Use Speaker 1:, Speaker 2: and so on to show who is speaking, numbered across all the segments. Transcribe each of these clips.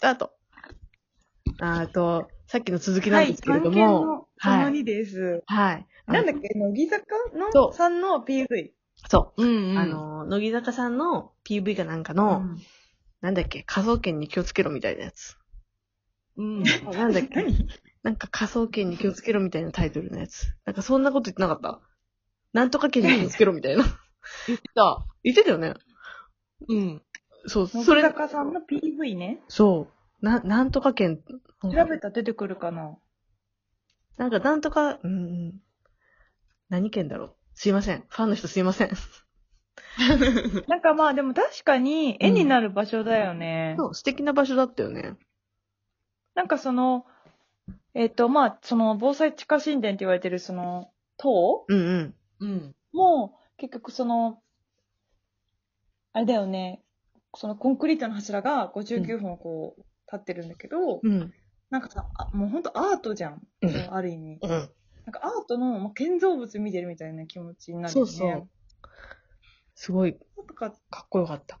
Speaker 1: タート。あと、さっきの続きなんですけれども、
Speaker 2: はい、
Speaker 1: は
Speaker 2: 番犬のその
Speaker 1: い。
Speaker 2: 2です。
Speaker 1: はい。
Speaker 2: なんだっけ、乃木坂
Speaker 1: そ
Speaker 2: の
Speaker 1: う
Speaker 2: さんの PV。
Speaker 1: そう。
Speaker 2: うん、
Speaker 1: あ、の、乃木坂さんの PV かなんか
Speaker 2: う
Speaker 1: の、
Speaker 2: ん。
Speaker 1: なんだっけ、科捜研に気をつけろみたいなやつ。
Speaker 2: うん。
Speaker 1: なんだっけ、
Speaker 2: 何
Speaker 1: なんか科捜研に気をつけろみたいなタイトルのやつ。なんかそんなこと言ってなかったなんとか研に気をつけろみたいな。言ってた。言ってたよね。
Speaker 3: うん。
Speaker 1: そう、
Speaker 2: 乃
Speaker 1: そ
Speaker 2: 木
Speaker 1: れ、
Speaker 2: 坂さんの PV ね。
Speaker 1: そう。な、なんとか研。
Speaker 2: 調べたら出てくるかな。
Speaker 1: なんか、なんとか、うん、何県だろう。すいません。ファンの人すいません。
Speaker 2: なんかまあでも確かに絵になる場所だよね。
Speaker 1: そう、素敵な場所だったよね。
Speaker 2: なんかその、えっ、とまあその防災地下神殿って言われてるその塔
Speaker 1: うんうん。
Speaker 3: うん。
Speaker 2: も結局その、あれだよね、そのコンクリートの柱が59本こう立ってるんだけど、
Speaker 1: うん。
Speaker 2: なんかさ、あもうほんとアートじゃん。
Speaker 1: うん
Speaker 2: そのある意味。
Speaker 1: うん。
Speaker 2: なんかアートのもう建造物見てるみたいな気持ちになる
Speaker 1: そ
Speaker 2: よ
Speaker 1: う
Speaker 2: ね。
Speaker 1: そう。すごい、
Speaker 2: なんか
Speaker 1: かっこよかった。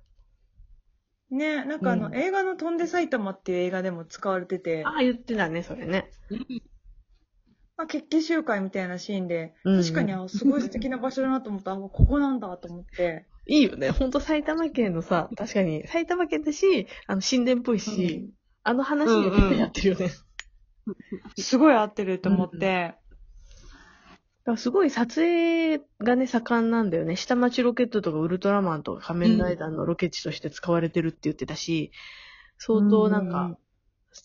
Speaker 2: ね、なんかあの、
Speaker 1: うん
Speaker 2: 映画の飛んで埼玉っていう映画でも使われてて、
Speaker 1: ああ、言ってたね、それね。
Speaker 2: まあ、決起集会みたいなシーンで、
Speaker 1: うんうん
Speaker 2: 確かにあすごい素敵な場所だなと思った。あ、ここなんだと思って。
Speaker 1: いいよね。ほんと埼玉県のさ、確かに、埼玉県だし、あの、神殿っぽいし、あの話に
Speaker 3: うんうん
Speaker 1: やってるよね。だか
Speaker 2: すごい合ってると思って。
Speaker 1: らすごい撮影がね、盛んなんだよね。下町ロケットとかウルトラマンとか仮面ライダーのロケ地として使われてるって言ってたし、相当なん
Speaker 2: うんうん
Speaker 1: か、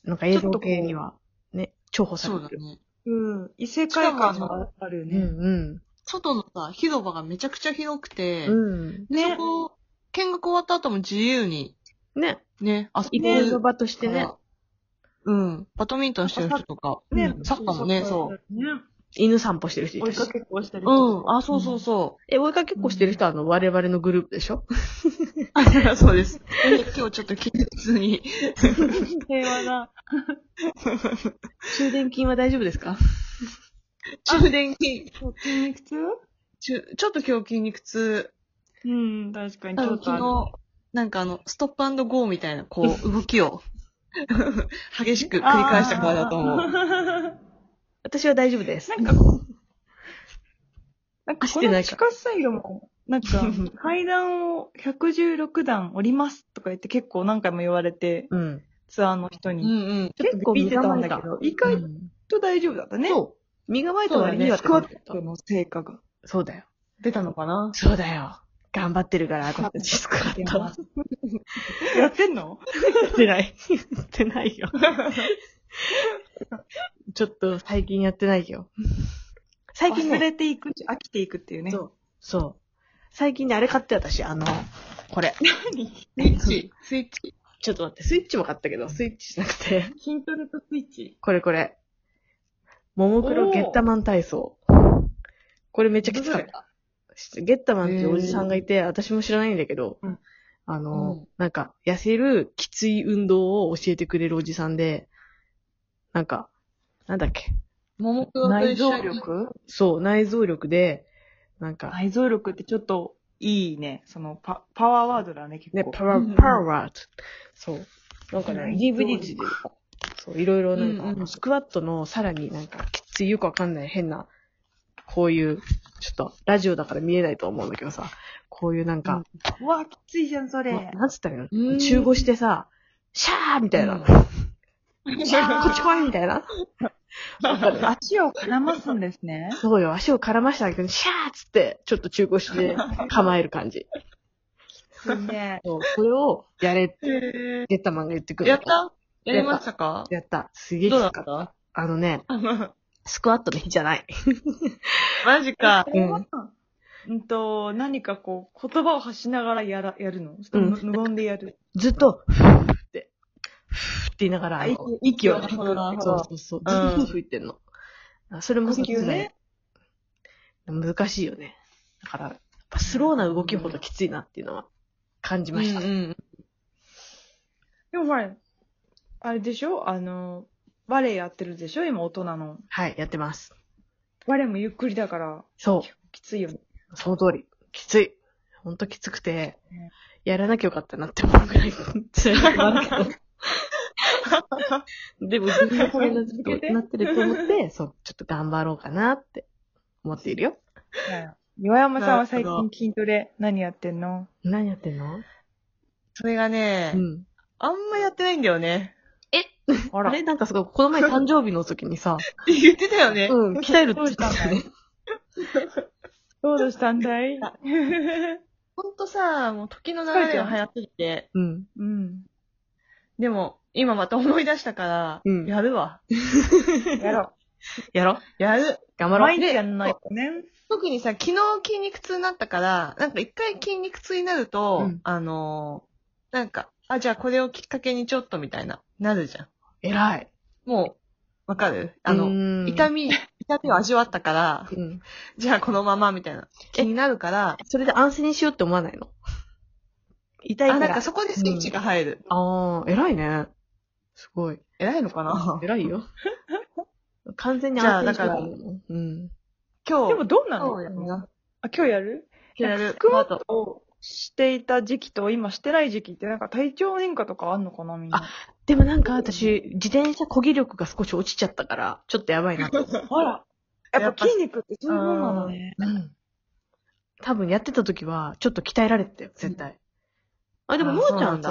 Speaker 1: なんか映像系にはね、重宝さ
Speaker 3: そう
Speaker 1: れ
Speaker 3: だ
Speaker 1: てる。
Speaker 3: ね。
Speaker 2: うん。異世界観があるよ
Speaker 1: う
Speaker 2: ね。
Speaker 1: ん
Speaker 3: 外のさ、広場がめちゃくちゃ広くて、
Speaker 1: うん。
Speaker 3: で
Speaker 2: ね
Speaker 3: そこ、見学終わった後も自由に、
Speaker 1: うん。ね、
Speaker 3: ね、遊
Speaker 1: 一
Speaker 3: べ
Speaker 1: 定の
Speaker 3: るか
Speaker 1: 場として
Speaker 3: ら
Speaker 1: ね、
Speaker 3: うん。バドミントンしてる人とか。
Speaker 2: ね
Speaker 3: うんサッカーもね、そう。
Speaker 2: う。ね。
Speaker 1: 犬散歩してる人い
Speaker 2: 追
Speaker 1: た
Speaker 2: い
Speaker 1: し
Speaker 2: か。けっこしてる
Speaker 3: う
Speaker 2: 人。
Speaker 3: ん。あ、そうそうそ
Speaker 1: え、追いかけっこしてる人はあの、我々のグループでしょ
Speaker 3: う。 そうです。今日ちょっと気にに。
Speaker 2: 平和な。
Speaker 1: 終電金は大丈夫ですか
Speaker 3: 充電器。
Speaker 2: 筋肉痛
Speaker 3: ちゅちょっと今日筋肉痛。
Speaker 2: うん、確かに。
Speaker 3: 昨日、なんかあの、ストップゴーみたいな、こう、動きを、激しく繰り返したからだと思う。
Speaker 2: う。
Speaker 1: 私は大丈夫です。
Speaker 2: なんかこう、なんか
Speaker 1: 走って
Speaker 2: こ
Speaker 1: な
Speaker 2: の
Speaker 1: い
Speaker 2: 地
Speaker 1: か
Speaker 2: 下水路も、なん か階段を116段降りますとか言って結構何回も言われて、
Speaker 1: うん。
Speaker 2: ツアーの人
Speaker 3: う
Speaker 2: に。
Speaker 3: んうん。
Speaker 2: 結構見てたんだけど、意
Speaker 1: う
Speaker 2: 外
Speaker 1: ん
Speaker 2: と大丈夫だったね。
Speaker 1: そう。身構えた
Speaker 2: そう
Speaker 1: は
Speaker 2: だ
Speaker 1: ね、
Speaker 2: ね。ス
Speaker 1: ス
Speaker 2: ク
Speaker 1: クワ
Speaker 2: ワ
Speaker 1: ッ
Speaker 2: ッ
Speaker 1: ト
Speaker 2: トの成果が
Speaker 1: そうだよ。
Speaker 2: 出たのかな
Speaker 1: そうだよ。頑張ってるから、私たちスクワットは。
Speaker 2: やってんの
Speaker 1: やってない。やってないよ。ちょっと最近やってないよ。最近
Speaker 2: 忘
Speaker 1: ね、
Speaker 2: れていく、飽きていくっていうね。
Speaker 1: そう。そう。最近ね、あれ買って私、あの、これ。
Speaker 2: 何
Speaker 3: スイッチ、スイッチ。
Speaker 1: ちょっと待って、スイッチも買ったけど、スイッチじゃなくて、
Speaker 2: 筋トレとスイッチ。
Speaker 1: これこれ。ももクロゲッタマン体操。これめっちゃきつかった。ゲッタマンっていうおじさんがいて、私も知らないんだけど、
Speaker 2: うん
Speaker 1: あ
Speaker 3: う
Speaker 1: の
Speaker 3: ん、
Speaker 1: なんか、痩せるきつい運動を教えてくれるおじさんで、なんか、なんだっけ。
Speaker 3: ももクロと
Speaker 2: 内
Speaker 3: 一緒
Speaker 2: 臓
Speaker 3: に
Speaker 2: 力
Speaker 1: そう、内臓力で、なんか、
Speaker 2: 内臓力ってちょっといいね。そのパ、パワーワードだね、結構。
Speaker 1: ね、パワ
Speaker 3: うん
Speaker 1: ー、パワーって。そう。なんかね、
Speaker 2: 内臓
Speaker 1: DVD で、そう、いろいろなんか、
Speaker 3: うんうん
Speaker 1: スクワットのさらになんか、きついよくわかんない変な、こういう、ちょっと、ラジオだから見えないと思うんだけどさ、こういうなんか、
Speaker 2: うわ、きついじゃん、それ。
Speaker 1: ななんつったらいいうの
Speaker 3: ん
Speaker 1: 中腰してさ、シャーみたいな。シャーこっち来いみたいな。
Speaker 2: 足を絡ますんですね。
Speaker 1: そうよ、足を絡ましたんだけど、シャーっつって、ちょっと中腰で構える感じ。
Speaker 2: すげ
Speaker 1: そう、これをやれって、
Speaker 3: へ
Speaker 1: ゲッタマンが言ってく
Speaker 3: ー
Speaker 1: るの
Speaker 3: やったやりましたか
Speaker 1: やった。すげえき
Speaker 3: どうだ
Speaker 1: つ
Speaker 3: っ
Speaker 1: かった。
Speaker 3: た
Speaker 1: あのね、スクワットの日じゃない。
Speaker 3: マジか。
Speaker 2: これは、うんと、何かこう、言葉を発しながらやら、やるの
Speaker 1: うん
Speaker 2: 無無言でやる。
Speaker 1: ずっと、ふーって、ふーって言いながら、あの息
Speaker 2: 息
Speaker 1: を
Speaker 2: を
Speaker 1: ね
Speaker 2: なるほどなるほ
Speaker 1: そう
Speaker 2: ど
Speaker 1: そうそう。ず
Speaker 2: うん
Speaker 1: っと吹いてんの。あそれも
Speaker 2: 呼吸ね。
Speaker 1: 難しいよね。だから、やっぱスローな動きほどきついなっていうのは感じ
Speaker 3: うんう
Speaker 1: ました。
Speaker 3: ん。
Speaker 2: でもほら、あれでしょあの、バレエやってるでしょ今大人の。
Speaker 1: はい、やってます。
Speaker 2: バレエもゆっくりだから、
Speaker 1: そ
Speaker 2: きついよね。
Speaker 1: う、その通り。きつい。ほんときつくて
Speaker 2: ね、
Speaker 1: やらなきゃよかったなって思うぐらい辛いこともあるけど。 でも自分がこれなちょっ
Speaker 2: 続けて
Speaker 1: となってると思 って、そう、ちょっと頑張ろうかなって思っているよ。
Speaker 2: 岩山さんは最
Speaker 3: なるほ
Speaker 2: 近筋トレ何やってんの
Speaker 1: 何やってんの
Speaker 3: それがね、
Speaker 1: うん。
Speaker 3: あんまやってないんだ よね。
Speaker 2: あ
Speaker 1: あ
Speaker 2: ら。
Speaker 1: れなんかすごい、こ の前誕生日の時にさ、
Speaker 3: って言ってたよね。
Speaker 1: うん、鍛えるって言ってたよね。
Speaker 2: どうしたんだ い
Speaker 3: ほんとさ、もう時の流れが早すぎて。
Speaker 1: うん。
Speaker 2: うん。
Speaker 3: でも、今また思い出したから、
Speaker 1: うん
Speaker 3: やるわ。
Speaker 2: やろ
Speaker 1: やろ
Speaker 3: やる。
Speaker 1: 頑
Speaker 2: う。
Speaker 1: 張ろ
Speaker 2: 毎
Speaker 1: う。
Speaker 2: 日やんないとね。
Speaker 3: 特にさ、昨日筋肉痛になったから、なんか一回筋肉痛になると、
Speaker 1: うん
Speaker 3: あのーなんか、あ、じゃあこれをきっかけにちょっとみたいな、なるじゃん。
Speaker 1: 偉い。
Speaker 3: もう、わかるあの、
Speaker 1: の
Speaker 3: 痛み、痛みを味わったから、
Speaker 1: うん。
Speaker 3: じゃあこのままみたいな、気になるから、
Speaker 1: それで安静にしようって思わないの痛い
Speaker 3: あ、
Speaker 1: か
Speaker 3: なん
Speaker 1: ら。
Speaker 3: かそこでスイッチが入る。
Speaker 1: あー、偉いね。すごい。
Speaker 3: 偉いの かな
Speaker 1: 偉いよ。完全に安静にしようと思うの。うん。
Speaker 3: 今日、
Speaker 2: でもどうな
Speaker 3: 今
Speaker 2: の
Speaker 3: 日やるな。
Speaker 2: あ、今日やる
Speaker 3: 今日やる。
Speaker 2: スクワ
Speaker 3: この
Speaker 2: ッ
Speaker 3: 後
Speaker 2: トをしていた時期と今してない時期ってなんか体調変化とかあんのかなみんな。
Speaker 1: でもなんか私、自転車漕ぎ力が少し落ちちゃったから、ちょっとやばいなと思う。
Speaker 2: あら。や
Speaker 3: や
Speaker 2: っ
Speaker 3: っ
Speaker 2: ぱ
Speaker 3: ぱ
Speaker 2: 筋肉ってそういうもんなのね。
Speaker 1: うん。多分やってた時は、ちょっと鍛えられてたよ、絶対。あ、でも、
Speaker 3: あ
Speaker 1: の
Speaker 3: そう
Speaker 1: ーちゃん
Speaker 3: なん
Speaker 1: さ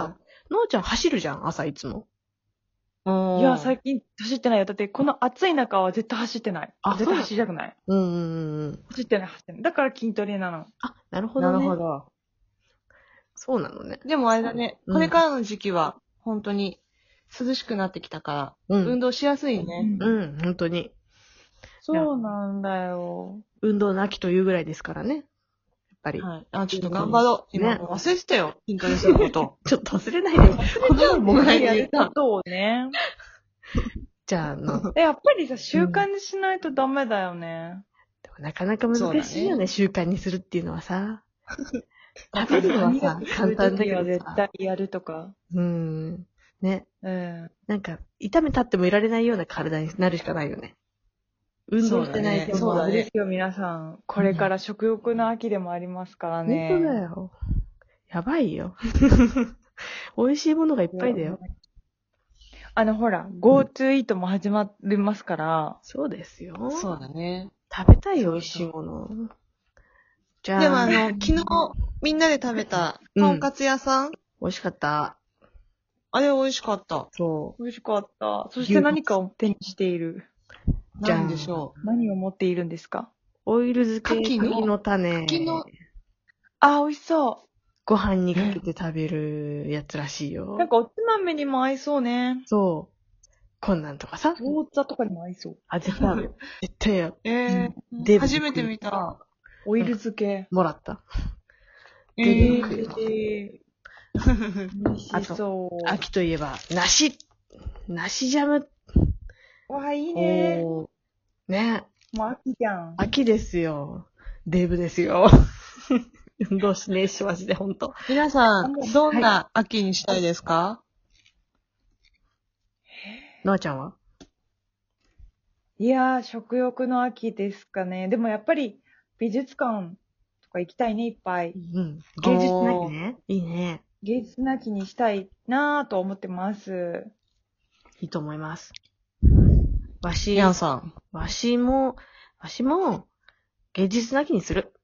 Speaker 3: だ、
Speaker 1: のーちゃん走るじゃん、朝いつも。
Speaker 3: い
Speaker 2: いや、最近走ってないよ。だってこの暑い中は絶対走ってない。
Speaker 1: あ
Speaker 2: 絶
Speaker 1: そう
Speaker 2: 対走りたくない。
Speaker 1: うんうんうん。
Speaker 2: 走ってない、走ってない。だから筋トレなの。
Speaker 1: あ、なるほど、
Speaker 3: な
Speaker 1: ね。
Speaker 3: るほ。ど。
Speaker 1: そうなのね。
Speaker 3: でもあれだね、
Speaker 1: うん
Speaker 3: これからの時期は、本当に涼しくなってきたから、
Speaker 1: う
Speaker 3: 運
Speaker 1: ん。
Speaker 3: 動しやすいね。
Speaker 2: ん
Speaker 1: うん、本当に。
Speaker 2: そうなんだよ。
Speaker 1: 運動の秋というぐらいですからね。やっぱり。
Speaker 3: はい。あ、ちょっと頑張ろう。
Speaker 1: ね
Speaker 3: 今、忘れてたよ。筋トレすること。
Speaker 1: ちょっと忘れないで。この
Speaker 3: も
Speaker 1: 前も
Speaker 3: がいて
Speaker 2: や
Speaker 1: や
Speaker 2: る
Speaker 1: る。
Speaker 2: ことをね。
Speaker 1: じゃあ、あの、でも
Speaker 2: えやっぱりさ、習慣にしないとダメだよね。
Speaker 1: なかなか難しい
Speaker 3: そう
Speaker 1: よ
Speaker 3: だ
Speaker 1: ね、習慣にするっていうのはさ。食べるのはさ、簡単だけ
Speaker 2: そういう時は
Speaker 1: ど
Speaker 2: 絶
Speaker 1: さ。
Speaker 2: 対やるとか。
Speaker 1: うん。ね。
Speaker 2: うん。
Speaker 1: なんか、痛めたってもいられないような体になるしかないよね。運動してないと
Speaker 3: そ
Speaker 1: も
Speaker 3: う
Speaker 1: う
Speaker 3: だ
Speaker 2: そう
Speaker 3: ね
Speaker 2: ですよ、皆さん。これから食欲の秋でもありますからね。
Speaker 1: 本当だよ。やばいよ。美味しいものがいっぱいだよ。。
Speaker 2: あの、ほら、GoTo イートも始まりますから。
Speaker 1: そうですよ。
Speaker 3: そうだね。
Speaker 1: 食べたいよ、美味しいもの。じゃあ、
Speaker 3: でもあの、昨日、みんなで食べた、
Speaker 1: うん
Speaker 3: とんかつ屋さん、
Speaker 1: 美味しかった。
Speaker 3: あれ美味しかった。
Speaker 1: そ
Speaker 2: 美味しかった。そして何かを手にしている。
Speaker 1: じゃん
Speaker 3: なんでしょう。
Speaker 2: 何を持っているんですか
Speaker 1: う。オイル漬け、
Speaker 3: 牡蠣
Speaker 1: 柿
Speaker 3: の
Speaker 1: の種
Speaker 3: 柿の
Speaker 2: あー、美味しそ。
Speaker 1: ご飯にかけて食べるやつらしいうよ
Speaker 2: なん。かおつまみにも合いそうね。
Speaker 1: そう。こんなんとかさ。
Speaker 2: 餃子とかにも合いそう。
Speaker 1: あ、絶対あるよ。絶対ある。
Speaker 3: え
Speaker 1: ん
Speaker 3: ー、
Speaker 1: で
Speaker 3: 初めて見た。
Speaker 2: オイル漬け。
Speaker 1: もらった。
Speaker 3: え
Speaker 1: で
Speaker 2: え
Speaker 1: びっく
Speaker 2: ー、美味しそう。
Speaker 1: 秋といえば、梨。梨ジャム。
Speaker 2: わあ、いいね。
Speaker 1: おーね
Speaker 2: もう秋じゃん。
Speaker 1: 秋ですよ。デブです よ。運動しねえし、マジで、ほんと。
Speaker 3: 皆さん、どんな秋にしたいですか、
Speaker 1: のあちゃんはい
Speaker 2: やー、食欲の秋ですかね。でもやっぱり、美術館とか行きたいね、いっぱい。
Speaker 1: うん。芸術なきね。いいね。
Speaker 2: 芸術なきにしたいなぁと思ってます。
Speaker 1: いいと思います。わし、
Speaker 3: リアンさん。
Speaker 1: わしも、わしも、芸術なきにする。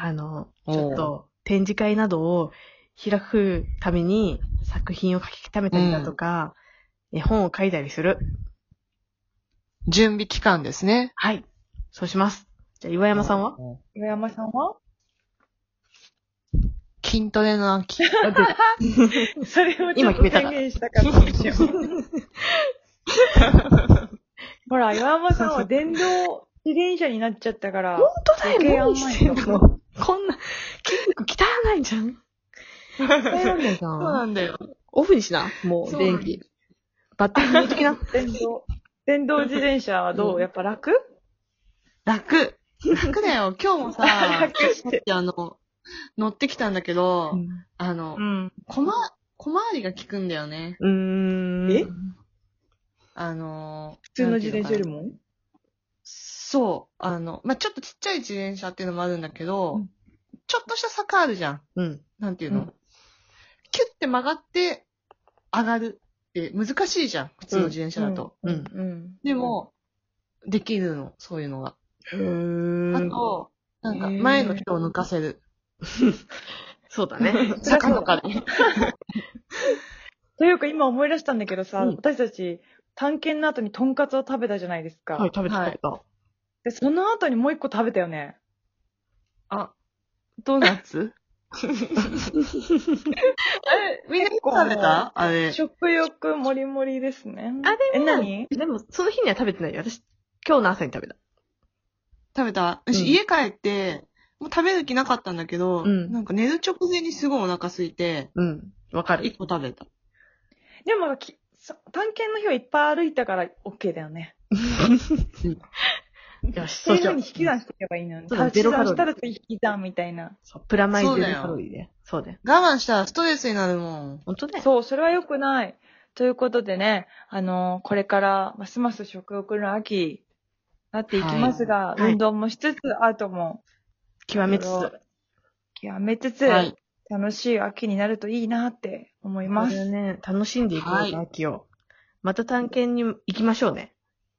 Speaker 1: あの、
Speaker 3: おー
Speaker 1: ちょっと、展示会などを開くために、作品を書き溜めたりだとか、絵本を書いたりする。
Speaker 3: 準備期間ですね。
Speaker 1: はい。そうします。じゃあ、岩山さんは、
Speaker 2: 岩山さんは
Speaker 3: 筋トレの秋。
Speaker 1: あ出た
Speaker 2: それを
Speaker 1: ちょっと今決めたから宣
Speaker 2: 言したかったんですよ。 ほら、岩山さんは電動自転車になっちゃったから、
Speaker 1: 本当だ
Speaker 2: 余計
Speaker 1: よ、
Speaker 2: 甘い
Speaker 1: 何してんのこんな、筋肉汚いじゃん。
Speaker 3: そう
Speaker 1: 汚いじゃん。
Speaker 3: んだよ。
Speaker 1: オフにしな、もう、
Speaker 3: そう
Speaker 1: 電気。バッテリー入れとき な。
Speaker 2: 電動、電動自転車はど
Speaker 1: う
Speaker 2: うんやっぱ楽
Speaker 3: 楽。楽だよ。今日もさ、さっきあの、乗ってきたんだけど、あの、
Speaker 2: ん。
Speaker 3: 小ま、小回りが効くんだよね。
Speaker 1: うーん。
Speaker 2: え
Speaker 3: あの、
Speaker 2: 普通の自転車より
Speaker 3: も。
Speaker 2: も
Speaker 3: そう。あの、まあ、ちょっとちっちゃい自転車っていうのもあるんだけど、
Speaker 2: うん
Speaker 3: ちょっとした坂あるじゃん。
Speaker 1: うん。
Speaker 3: なんていうの、
Speaker 2: うん
Speaker 3: キュッて曲がって、上がる。って難しいじゃん、普通の自転車だと。
Speaker 1: うん。
Speaker 2: うん。
Speaker 3: でも、できるの、そういうのが。
Speaker 1: へー
Speaker 3: あと、なん
Speaker 2: へ
Speaker 3: か
Speaker 2: ー
Speaker 3: 前の人を抜かせ る。
Speaker 1: そうだね。
Speaker 3: 坂とかで。
Speaker 2: というか今思い出したんだけどさ、
Speaker 1: うん
Speaker 2: 私たち、探検の後にとんかつを食べたじゃないですか。
Speaker 1: はい、食べた食べた。
Speaker 2: で、その後にもう一個食べたよね。
Speaker 3: あ、ドーナツあれ、みんな食べたあれ。
Speaker 2: 食欲もりもりですね。
Speaker 1: あ
Speaker 2: え、何
Speaker 1: でも、その日には食べてないよ。私、今日の朝に食べた。
Speaker 3: 食べた
Speaker 1: うん
Speaker 3: 私、家帰って、もう食べる気なかったんだけど、
Speaker 1: うん
Speaker 3: なんか寝る直前にすごいお腹空いて、
Speaker 1: うん。わかる
Speaker 3: 一。個食べた。
Speaker 2: でもき、そ探検の日はいっぱい歩いたから OK だよね。
Speaker 1: よし、そ
Speaker 2: そ
Speaker 1: ううしよ
Speaker 2: いう風
Speaker 1: う
Speaker 2: に引き算していけばいいのよね。
Speaker 1: そうだ
Speaker 2: 足し
Speaker 1: ゼロカロリー
Speaker 2: 算したら次引き算みたいな。
Speaker 1: そうプラマイゼ
Speaker 3: そう
Speaker 1: ロ
Speaker 3: だよ
Speaker 1: カロリーで。そうだよ。
Speaker 3: 我慢したらストレスになるもん。
Speaker 1: 本当だよ。
Speaker 2: そう、それは良くない。ということでね、あのこれから、ますます食欲の秋、なっていきますが、
Speaker 1: いはい
Speaker 2: 運動もしつつ、アートも
Speaker 1: 極めつつ。
Speaker 2: やめつつ、
Speaker 3: はい。
Speaker 2: 楽しい秋になるといいなって思い
Speaker 1: こ
Speaker 2: ま
Speaker 1: れを
Speaker 2: す。
Speaker 1: ね、楽しんでいこう
Speaker 3: はい
Speaker 1: と、秋を。また探検に行きましょうね。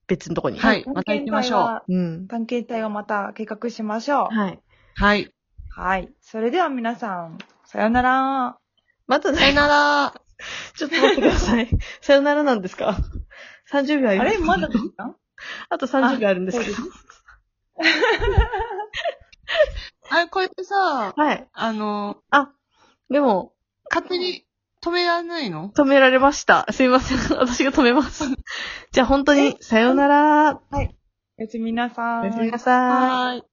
Speaker 1: 別のとこに。
Speaker 3: はいま
Speaker 2: 探
Speaker 3: た行き
Speaker 2: 検
Speaker 3: ま
Speaker 2: 隊
Speaker 3: しょう
Speaker 2: は、
Speaker 1: うん。
Speaker 2: 探検隊はまた計画しましょう。
Speaker 1: はい。
Speaker 3: はい。
Speaker 2: はい。それでは皆さん、さよなら。
Speaker 1: また
Speaker 3: さよ
Speaker 1: ね、
Speaker 3: なら。
Speaker 1: ちょっと待ってください。 さよならなんですか ?30 秒あり
Speaker 2: あ
Speaker 1: ます
Speaker 2: れまだですか
Speaker 1: あと30秒あるんですけど
Speaker 2: あそ。
Speaker 3: あれ、これってさ、
Speaker 1: はい。
Speaker 3: あの、
Speaker 1: でも、
Speaker 3: 勝手に止められないの
Speaker 1: 止められました。すいません。 私が止めます。じゃあ本当に、さよなら。
Speaker 2: おやすみなさ
Speaker 1: お
Speaker 2: ーい。
Speaker 1: やすみなさい。
Speaker 3: ーい。